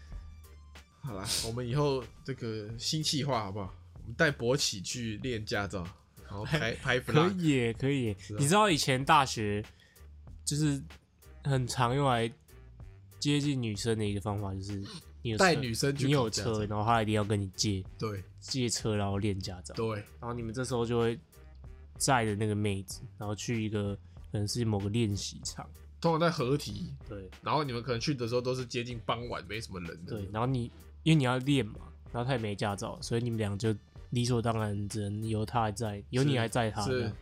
A: 好啦，我们以后这个新计划好不好？我们带博奇去练驾照，然后 拍拍
B: 可
A: vlog。
B: 以耶可以耶
A: 啊
B: 你知道以前大学就是很常用来接近女生的一个方法，就是你有车
A: 带女生去
B: 你有
A: 考驾照
B: 车，然后她一定要跟你借
A: 对
B: 借车，然后练驾照。
A: 对，
B: 然后你们这时候就会载着那个妹子，然后去一个可能是某个练习场，
A: 通常在合体，
B: 对
A: 然后你们可能去的时候都是接近傍晚，没什么人的。
B: 对，然后你因为你要练嘛，然后她也没驾照，所以你们俩就理所当然只能由她来载，由你来载她。这
A: 是
B: 样。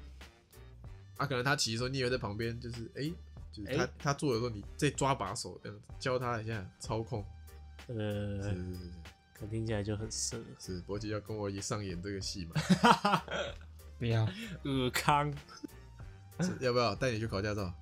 A: 啊，可能他骑的时候，你以为在旁边，就是哎、就是他、
B: 哎
A: 他坐的时候，你再抓把手这样子教他一下操控。是
B: 呃，
A: 是是
B: 可听起来就很 色。
A: 是是，博奇要跟我一上演这个戏嘛？
C: 不要
B: 尔康，
A: 是要不要带你去考驾照？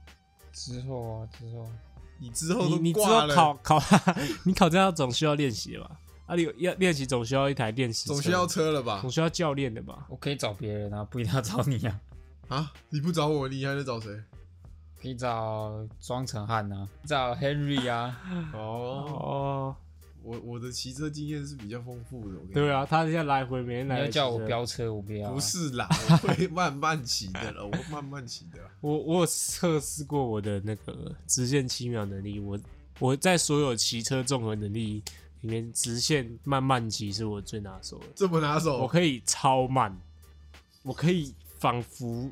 C: 之后啊之后，
A: 你之后
B: 你
A: 都
B: 你知
A: 挂
B: 道
A: 了，
B: 考考 你考驾照总需要练习吧？啊，你有要练习总需要一台练习车，
A: 总需要车了吧
B: 总？需要教练的吧？
C: 我可以找别人啊，不一定要找你啊，
A: 啊，你不找我，你还能找谁？
C: 可以找庄成汉啊，找 Henry 啊，
A: 哦，
B: 哦，
A: 我我的骑车经验是比较丰富的，我跟你
B: 对
A: 啊，
B: 啊，他现在来回每天
C: 你
B: 来
C: 要
B: 回
C: 叫
B: 骑
C: 我
B: 车
C: 飙车，我不要啊、
A: 不是 啦，我会慢慢骑的了，我会慢慢骑的啦。
B: 我我有测试过我的那个直线七秒能力，我我在所有骑车综合能力里面，直线慢慢骑是我最拿手的。
A: 这么拿
B: 我
A: 手，
B: 可以超慢，我可以仿佛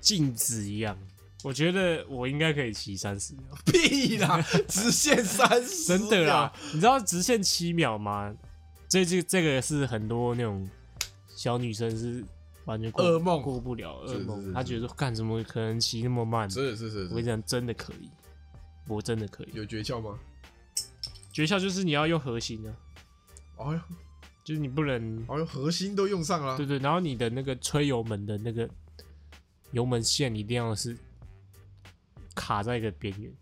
B: 静止一样。我觉得我应该可以骑三十秒，
A: 屁啦， 直线三十，啊
B: 真的啦！！你知道直线七秒吗？这这这个是很多那种小女生是完全过
A: 噩梦
B: 过不了
A: 是
B: 噩
A: 是是
B: 梦，她觉得说干什么可能骑那么慢？
A: 是是是
B: 我跟
A: 是
B: 你，讲，真的可以，我真的可以。
A: 有诀窍吗？
B: 诀窍就是你要用核心啊，
A: 哎呦，
B: 就是你不能
A: 哎呦，核心都用上了
B: 对，对，然后你的那个吹油门的那个油门线一定要是卡在一个边缘。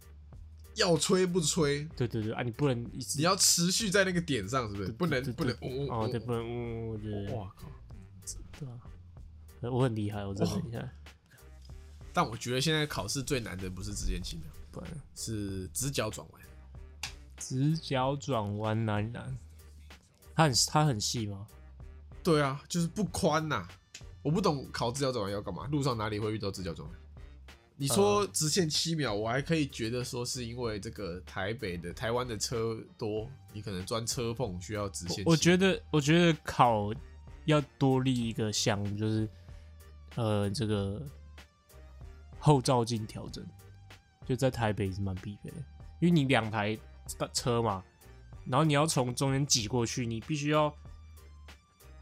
A: 要吹不吹？
B: 对对对啊，你不能一直
A: 你要持续在那个点上，是不是？不能
B: 对
A: 不
B: 对
A: 能，呜呜
B: 哦，对，
A: 呜哦
B: 不能呜呜呜，对对
A: 哇靠！
B: 对啊，我很厉害，我真的很厉害，
A: 哦但我觉得现在考试最难的不是直线七秒，
B: 不然
A: 是直角转弯。
B: 直角转弯难难，它很它很细吗？
A: 对啊，就是不宽呐、我不懂考直角转弯要干嘛，路上哪里会遇到直角转弯？你说直线七秒，我还可以觉得说是因为这个台北的台湾的车多，你可能钻车缝需要直线
B: 我
A: 得
B: 觉得，我觉得考要多立一个项目，就是呃，这个后照镜调整，就在台北是蛮必备的，因为你两台车嘛，然后你要从中间挤过去，你必须要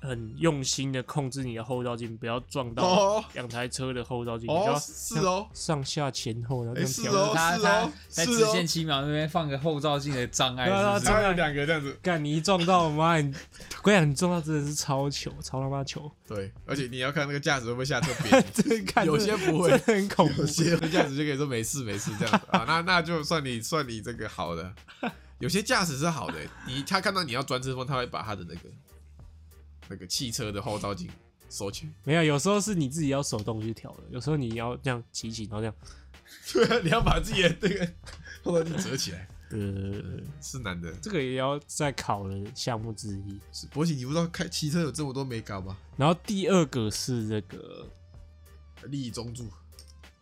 B: 很用心的控制你的后照镜，不要撞到
A: 哦
B: 两台车的后照镜，你就
A: 哦
B: 要
A: 是 哦，
B: 上下前后，然后这样
A: 哎是
B: 调。
A: 哦
C: 他
A: 是
C: 他
A: 哦
C: 在
A: 是
C: 直
A: 哦
C: 线七秒那边放个后照镜的障碍，
B: 对啊
C: 是
B: 对
C: 不是
B: 啊？
A: 他有两个这样子，
B: 干你一撞到，妈你！我跟你讲，你撞到真的是超糗，超他妈糗！，
A: 对，而且你要看那个架子会不会下特别
B: 真的看
A: 有些不会
B: 真的很恐怖
A: 有。 些架子就可以说没事没事这样子啊，那那就算你算你这个好的，有些驾驶是好的、你他看到你要钻车缝，他会把他的那个那个汽车的后照镜收起来，
B: 没有，有时候是你自己要手动去调的，有时候你要这样骑骑，然后这样，
A: 对啊，你要把自己的那个 后照镜折起来，
B: 呃，
A: 是难的。
B: 这个也要在考的项目之一。
A: 是博喜，你不知道开骑车有这么多美感吗？
B: 然后第二个是这个
A: 利益中柱，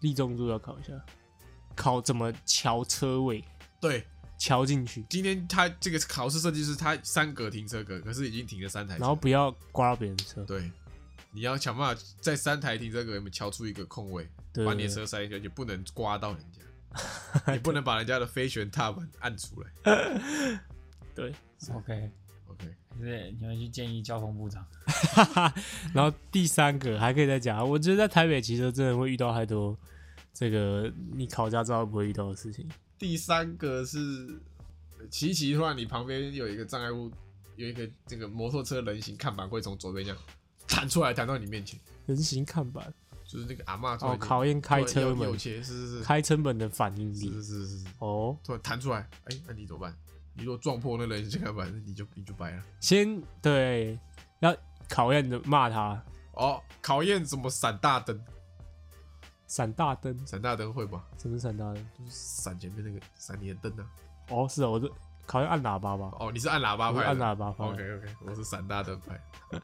B: 立中柱要考一下，考怎么瞧车位，
A: 对，
B: 瞧进去，
A: 今天他这个考试设计是他三格停车格，可是已经停了三台车，
B: 然后不要刮到别人的车。
A: 对，你要想办法在三台停车格里面敲出一个空位，
B: 对
A: 把你的车塞进去，而且不能刮到人家，你不能把人家的飞旋踏板按出来。
B: 对，
C: OK，
A: OK，
C: 对，你们去建议交通部长。
B: 哈哈， 然后第三个还可以再讲，我觉得在台北骑车真的会遇到太多这个你考驾照不会遇到的事情。
A: 第三个是琪琪，突然你旁边有一个障碍物，有一个这个摩托车人行看板会从左边这样弹出来，弹到你面前，
B: 人行看板，
A: 就是那个阿嬷突
B: 哦，
A: 然
B: 考验开车
A: 右
B: 门，
A: 切，是是是，
B: 开车门的反应
A: 是
B: 力。
A: 是是是是，
B: 哦，
A: 突然弹出来，哎、那你怎么办？你如果撞破那人行看板，你就你就掰了。
B: 先对，要考验的骂他
A: 哦，考验怎么闪大灯，
B: 闪大灯，
A: 闪大灯会吧？
B: 什么闪大灯？
A: 就是闪前面那个闪你的灯啊。
B: 哦，是哦，我这考验按喇叭吧，
A: 哦，你是按喇叭
B: 我
A: 拍
B: 是
A: 的，
B: 按喇叭嗯拍的
A: OK OK，我是闪大 灯拍。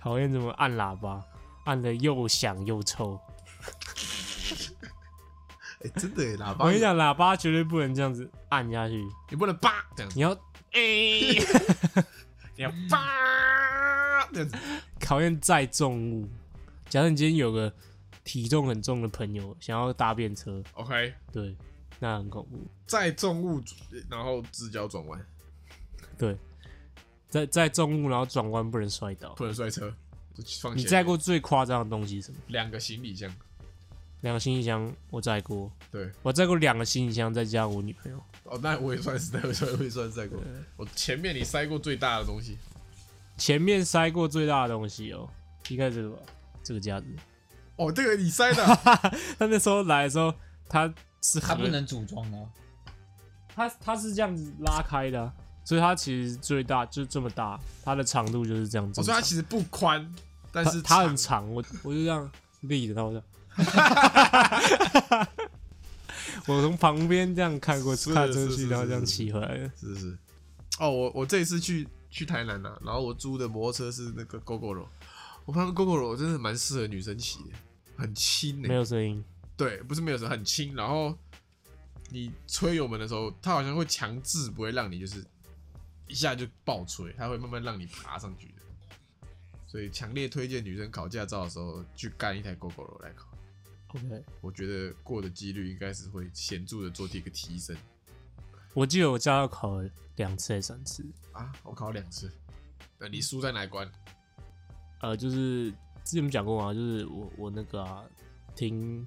B: 考验怎么按喇叭，按的又响又臭。
A: 哎、真的耶，喇叭。
B: 我跟你，讲，喇叭绝对不能这样子按下去，
A: 你不能叭这样子，
B: 你要
A: 哎，你要叭这样子。
B: 考验载重物。假设你今天有个体重很重的朋友想要搭便车，
A: OK，
B: 对，那很恐怖。
A: 载重物，然后直角转弯，
B: 对，在在重物然后转弯不能摔倒。
A: 不能摔车。就放
B: 你
A: 前
B: 载
A: 面
B: 过最夸张的东西是什么？
A: 两个行李箱？
B: 两个行李箱，我载过，
A: 对，
B: 我载过两个行李箱，再加上我女朋友。
A: 哦，那我也算是， 那我算我也算载过。
B: 嗯
A: 我前面你塞过最大的东西，
B: 前面塞过最大的东西哦，应该是这个吧，这个架子。
A: 哦，这个你 塞的啊
B: 他那时候来的时候，他是
C: 他
B: 合
C: 不能组装的哦，
B: 它它是这样子拉开的啊、所以它其实最大就这么大，它的长度就是这样子。
A: 我说它其实不宽，但
B: 它
A: 是
B: 它很长，我我就这样立着，然后这样， 我从旁边这样看过
A: 是
B: 看
A: 是
B: 出
A: 是
B: 去，然后
A: 是
B: 这样
A: 是
B: 骑回来的。
A: 是不是？哦，我我这一次去去台南啊，然后我租的摩托车是那个 GoGo 罗，我发现 GoGo 罗真的蛮适合女生骑的，很轻呢、
B: 没有声音，
A: 对，不是没有很轻。然后你吹油门的时候，它好像会强制不会让你就是一下就爆吹，它会慢慢让你爬上去的。所以强烈推荐女生考驾照的时候去干一台 GoGo 罗来考，
B: OK，
A: 我觉得过的几率应该是会显著的做出一个提升
B: 我记得我驾照考了两次还是三次，
A: 啊！我考两次，那你输在哪一关？
B: 呃，就是之前有讲过啊，就是我我那个啊，听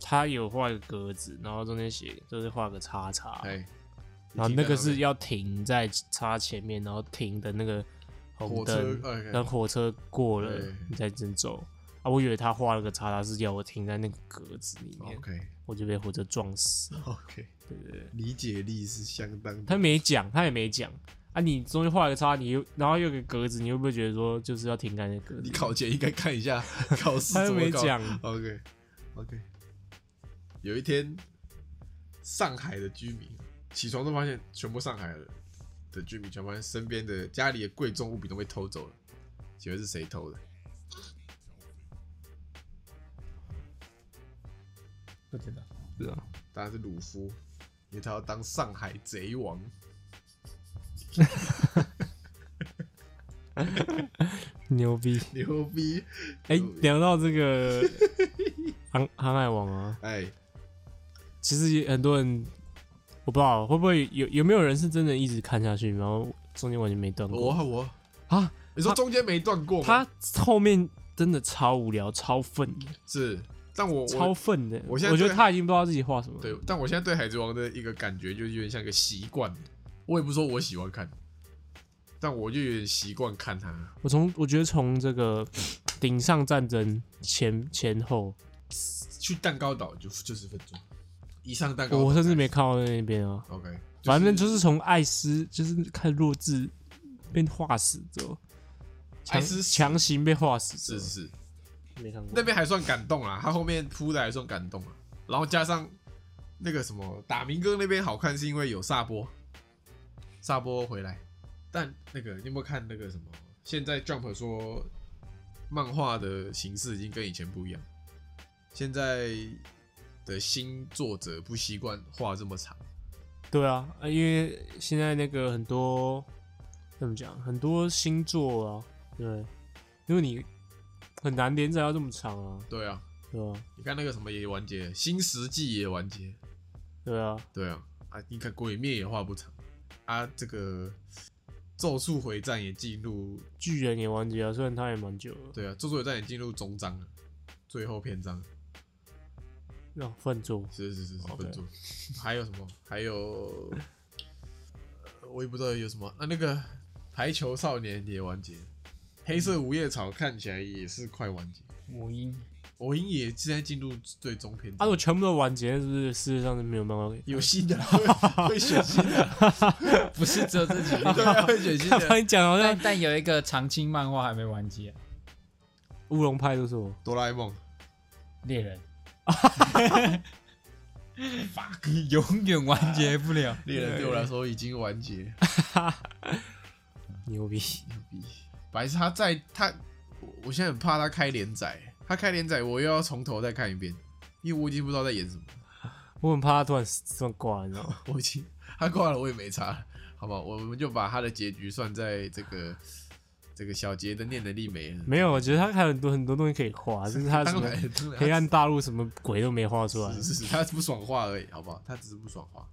B: 他有画一个格子，然后中间写就是画个叉叉，
A: 哎，
B: 啊然后那个
A: 你
B: 是
A: 听
B: 要停在叉前面，然后停的那个红
A: 火车
B: 灯
A: 哎哎，
B: 等火车过了
A: 对
B: 你再真走。啊，我以为他画了个叉叉是叫我停在那个格子里
A: 到那
B: 面
A: 边。OK
B: 我就被火车撞死。
A: OK，理解力是相当
B: 他
A: 的。
B: 没讲，他也没讲啊。你中间画了个叉，你又然后又有个格子，你会不会觉得说就是要停在那个？
A: 你考前应该看一下考试
B: 他又
A: 怎么
B: 没
A: 搞。
B: 讲
A: OK OK，有一天，上海的居民起床都发现，全部上海的的居民全部发现身边的家里的贵重物品都被偷走了，请问是谁偷的？
C: 不知道。
B: 是啊，
A: 当然是鲁夫，因为他要当上海贼王。
B: 牛逼！
A: 牛逼！
B: 哎、
A: 牛逼
B: 聊到这个 航航海王啊，
A: 哎，
B: 其实也很多人，我不知道会不会有有没有人是真的一直看下去，然后中间完全没断
A: 我
B: 过
A: 我
B: 啊？
A: 你说中间没断过吗？
B: 他后面真的超无聊、超愤的、
A: 是，但我
B: 超
A: 我
B: 愤的。
A: 我现在
B: 觉得
A: 对
B: 他已经不知道自己画什么了。
A: 对，但我现在对海贼王的一个感觉就有点像个习惯，我也不说我喜欢看，但我就有点习惯看它。
B: 我从我觉得从这个 顶上战争前前后，
A: 去蛋糕岛就九十分钟，以上蛋糕岛
B: 我甚至
A: 开
B: 没
A: 始
B: 看到那边啊。
A: OK，就是
B: 反正就是从艾斯，就是看弱智被化死之后，强
A: 艾斯死
B: 强行被化死之
A: 是
B: 后，
A: 是是，
B: 没看过
A: 那边还算感动啊啦，他后面铺的还算感动啊，然后加上那个什么打明哥那边好看是因为有萨波，萨波回来，但那个你有没有看那个什么？现在 Jump 说漫画的形式已经跟以前不一样，现在的新作者不习惯画这么长，
B: 对啊，啊因为现在那个很多怎么讲，很多星座啊，对，因为你很难连载到这么长啊，
A: 对啊，
B: 对吧、
A: 你看那个什么也完结，新石纪也完结，
B: 对啊，
A: 对啊，啊，你看《鬼灭》也画不长，啊，这个《咒术回战》也进入，
B: 巨人也完结啊了，虽然他也蛮久了，
A: 对啊，《咒术回战》也进入终章了，最后篇章，
B: 让、啊、犯作
A: 是是是是，
B: OK
A: 分组。还有什么？还有，呃我也不知道有什么啊，那个《排球少年》也完结，《黑色五叶草》看起来也是快完结，
C: 我音
A: 我英也现在进入最终篇
B: 啊，
A: 章。
B: 如果全部都完结，是不是世界上就没有漫画可以？
A: 有新的啦，会会选新的，
C: 不是只有这 几
A: 对
C: 个，
A: 啊，会选新
B: 看 把
A: 的。
B: 你讲得好
C: 但
B: 像
C: 但有一个长青漫画还没完结，啊
B: 乌龙派出所，
A: 哆啦 A 梦，
C: 猎 人。fuck，永远完结不了。
A: 猎人对我来说已经完结。
B: 牛逼！
A: 白痴，他在他，我我现在很怕他开连载，他开连载我又要从头再看一遍，因为我已经不知道在演什么，
B: 我很怕他突然突然挂，你知道吗？
A: 我已经他挂了我也没差，好吧，我们就把他的结局算在这个这个小杰的念能力没了，
B: 没有，我觉得他还有很多很多东西可以画，就是他什
A: 当
B: 么
A: 然当然
B: 黑暗大陆什么鬼都没画出来
A: 是。是是，他不爽话而已，好不好？他只是不爽话。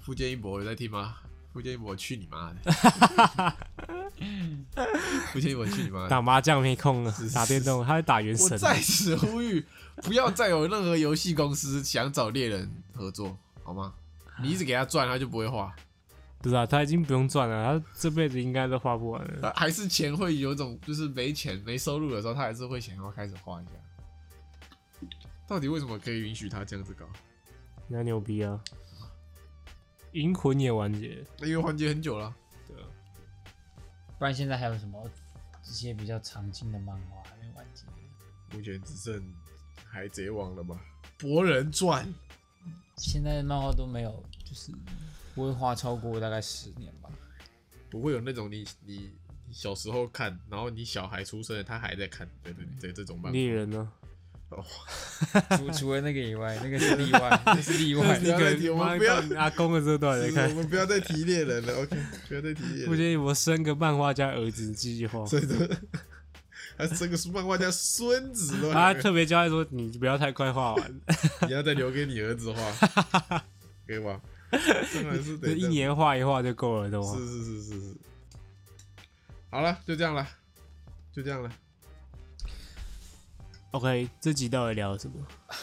A: 付建一博有在听吗？付建一博去你妈的！付建一博去你妈的！
B: 打麻将没空了，打电动，他在打原
A: 我
B: 神。
A: 在此呼吁，不要再有任何游戏公司想找猎人合作，好吗？你一直给他赚，他就不会画，
B: 不是啊，他已经不用赚了，他这辈子应该都花不完了。
A: 他还是钱会有一种就是没钱没收入的时候，他还是会想要开始画一下。到底为什么可以允许他这样子搞？
B: 那牛逼啊！银魂也完结，
A: 那因为环节很久了，
C: 不然现在还有什么一些比较常青的漫画还没完结？
A: 目前只剩海贼王了吧？博人传
C: 现在的漫画都没有，就是不会画超过大概十年吧。
A: 不会有那种你你你小时候看，然后你小孩出生了他还在看，对对对，这种漫画哦
B: 猎人呢？
C: 除除了那个以外，那个是例 外，那是例 外。
A: 不要再提我们
B: 妈
A: 不要
B: 到你阿公的时候都还在
A: 是我
B: 看。
A: 们不要再提猎人了，OK，不要再提猎 人
B: 不。建议我生个漫画家儿子继续画。
A: 真的，还这个漫画家孙子都
B: 他
A: 还
B: 特别交代说，你不要太快画 完，
A: 你要再留给你儿子画，可以吗？真的
B: 就
A: 是得
B: 一
A: 这样
B: 年画一画就够了，懂吗？
A: 是是是是是。好了，就这样了，就这样了。
B: OK，这集到底聊了什么？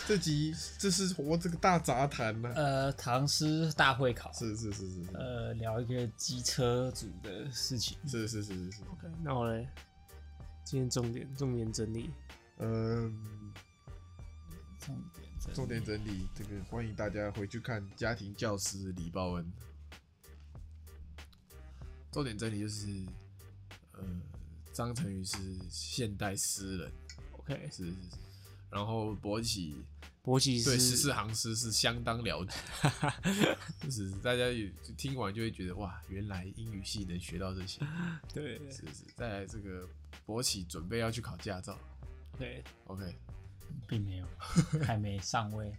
A: 这集这是我这个大杂谈呢、
C: 呃，唐诗大会考，
A: 是是是是
C: 呃，聊一个机车组的事情。
A: 是是是是是是。
B: OK，那我来今天重点重点整理。
A: 嗯，
C: 重点在
A: 重点整理这个，欢迎大家回去看《家庭教师李报恩》。重点整理就是，呃，张成宇是现代诗人，
B: OK，
A: 是是是。然后博起
B: 博喜是
A: 对十四行诗是啊相当了解， 就是大家也就听完就会觉得哇，原来英语系能学到这些，
B: 对
A: 是是。再来这个博起准备要去考驾照
B: ，OK，
A: ，OK，
C: 并没有，还没上位。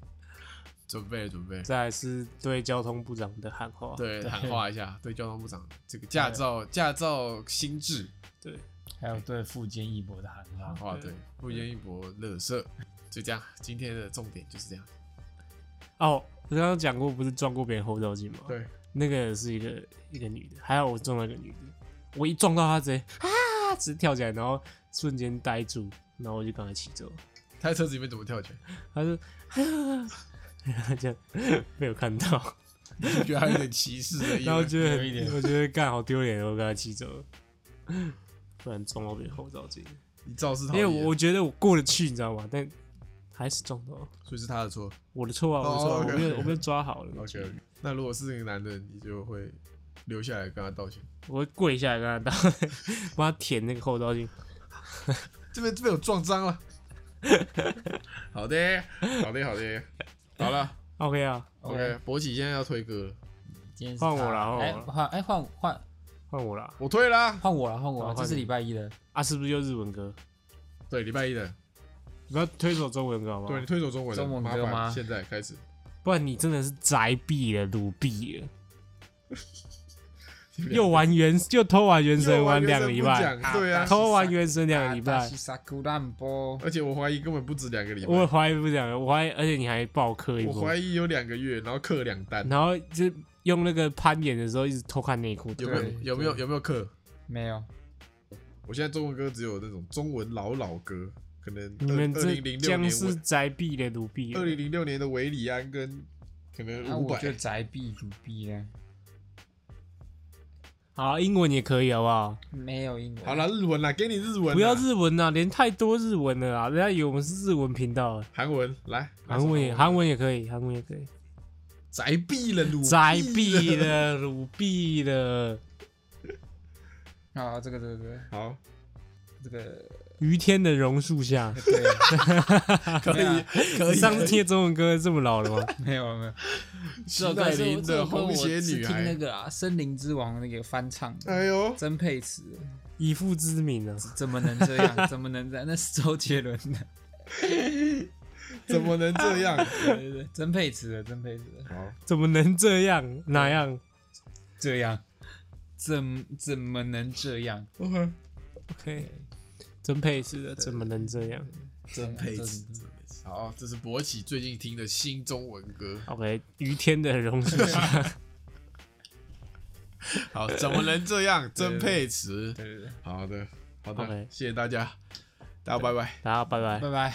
A: 准备了准备了，
B: 再来是对交通部长的喊话。
A: 对喊话一下，对交通部长这个驾照驾照心智
B: 对
C: 还有对富坚义博的喊
A: 喊
C: 话。
A: 话，对不言一博乐色，就这样，今天的重点就是这样，
B: 哦，我刚刚讲过，不是撞过别人后照镜吗？，
A: 对，
B: 那个是一个一个女的，还好我撞到一个女的，我一撞到他，直接啊，直接跳起来，然后瞬间呆住，然后我就赶快骑走。
A: 他在车子里面怎么跳起来？
B: 他说啊，他这样没有看到，
A: 你就觉得他有点歧视的意
B: 然后
A: 味。
B: 觉得
C: 有一点
B: 很我觉得干好丢脸哦，我赶快骑走了，不然撞到别人后照镜。
A: 你肇事逃
B: 因
A: 逸，
B: 为我觉得我过得去，你知道吗？但还是撞到了
A: 所以是他的错。
B: 我的错啊，我的错、
A: 哦
B: 啊，
A: ，OK
B: 我没有我没有抓好了。
A: OK，那如果是那个男的，你就会留下来跟他道歉。
B: 我会跪下来跟他道， 帮他舔那个后照镜。
A: 这边这边有撞脏了。好的，好的，好的，好了
B: OK 啊，
A: ，OK。博起现在要推歌了，
C: 今天是
B: 换我啦
C: 他
B: 换我
C: 哎
B: 啦
C: 换哎换换
B: 换我啦。
A: 我退啦。
C: 换我了，换我
B: 好
C: 了，这
B: 换
C: 是
B: 你
C: 礼拜一的，
B: 啊，是不是又日文歌？
A: 对，礼拜一的，
B: 你不要推手中文歌好不好
A: 对你？推走中文的，
C: 中文
A: 麻
C: 歌吗
A: 烦现在开始。
B: 不然你真的是宅币了，鲁币了，又玩原又偷玩原神
A: 又玩
B: 玩
A: 原
B: 两个
A: 神
B: 礼
A: 不
B: 拜
A: 讲，对啊
B: 偷玩原神两个礼拜，
C: 萨库兰波，
A: 而且我怀疑根本不止两个礼
B: 我
A: 拜，
B: 怀疑不讲，我怀疑，而且你还爆磕一
A: 我
B: 波
A: 怀，疑有两个月，然后刻两单，
B: 然后就用那个攀岩的时候一直偷看内裤，
A: 有没有
C: 对
A: 有没有有没有刻？
C: 没有，
A: 我现在中文歌只有那种中文老老歌，可能
B: 你们
A: 二
B: 这
A: 零零六
B: 将
A: 年
B: 是宅币的鲁币
A: 二零零六年的维里安跟可
C: 那
A: 能五
C: 啊我
A: 百
C: 就宅币主币呢，
B: 好，英文也可以好不好？
C: 没有英文。
A: 好了，日文啦，给你日文啦，
B: 不要日文啦，啊连太多日文了啊啦，人家以为我们是日文频道了。
A: 韩文来，
B: 韩文也韩文也可以，韩文也可以。
A: 宅毙了，鲁
B: 宅币了，鲁币了，
C: 啊，这个这个这个
A: 好，
C: 这个，
B: 于天的榕树下。
C: 对，
A: 可
C: 没有啊
A: 可
B: 你上次听中文歌这么老了吗？
C: 没有没有。
A: 徐乃麟
C: 这
A: 的
C: 首
A: 《
C: 歌我
A: 红鞋
C: 是
A: 女
C: 听那
A: 孩》，
C: 个啊，《森林之王》那个翻唱的，
A: 哎呦，
C: 曾沛慈的，
B: 以父之名啊！
C: 怎么能这样？怎么能这样？那是周杰伦的，
A: 怎么能 这样？
C: 对对对，曾沛慈的，曾沛慈的，
A: 好，
B: 怎么能这样？哪样？
C: 这样，怎怎么能这样？
B: OK，真配是的，怎么能这样
A: 曾沛慈
C: 这样，
A: 嗯好，这是博起最近听的新中文 歌。
B: ？OK，于天的榕树 下，
A: 好，怎么能这样？曾沛慈，
C: 对对对，
A: 好的，好
B: OK
A: 的，谢谢大家，大家拜拜。
B: 大家拜拜。
C: 拜拜。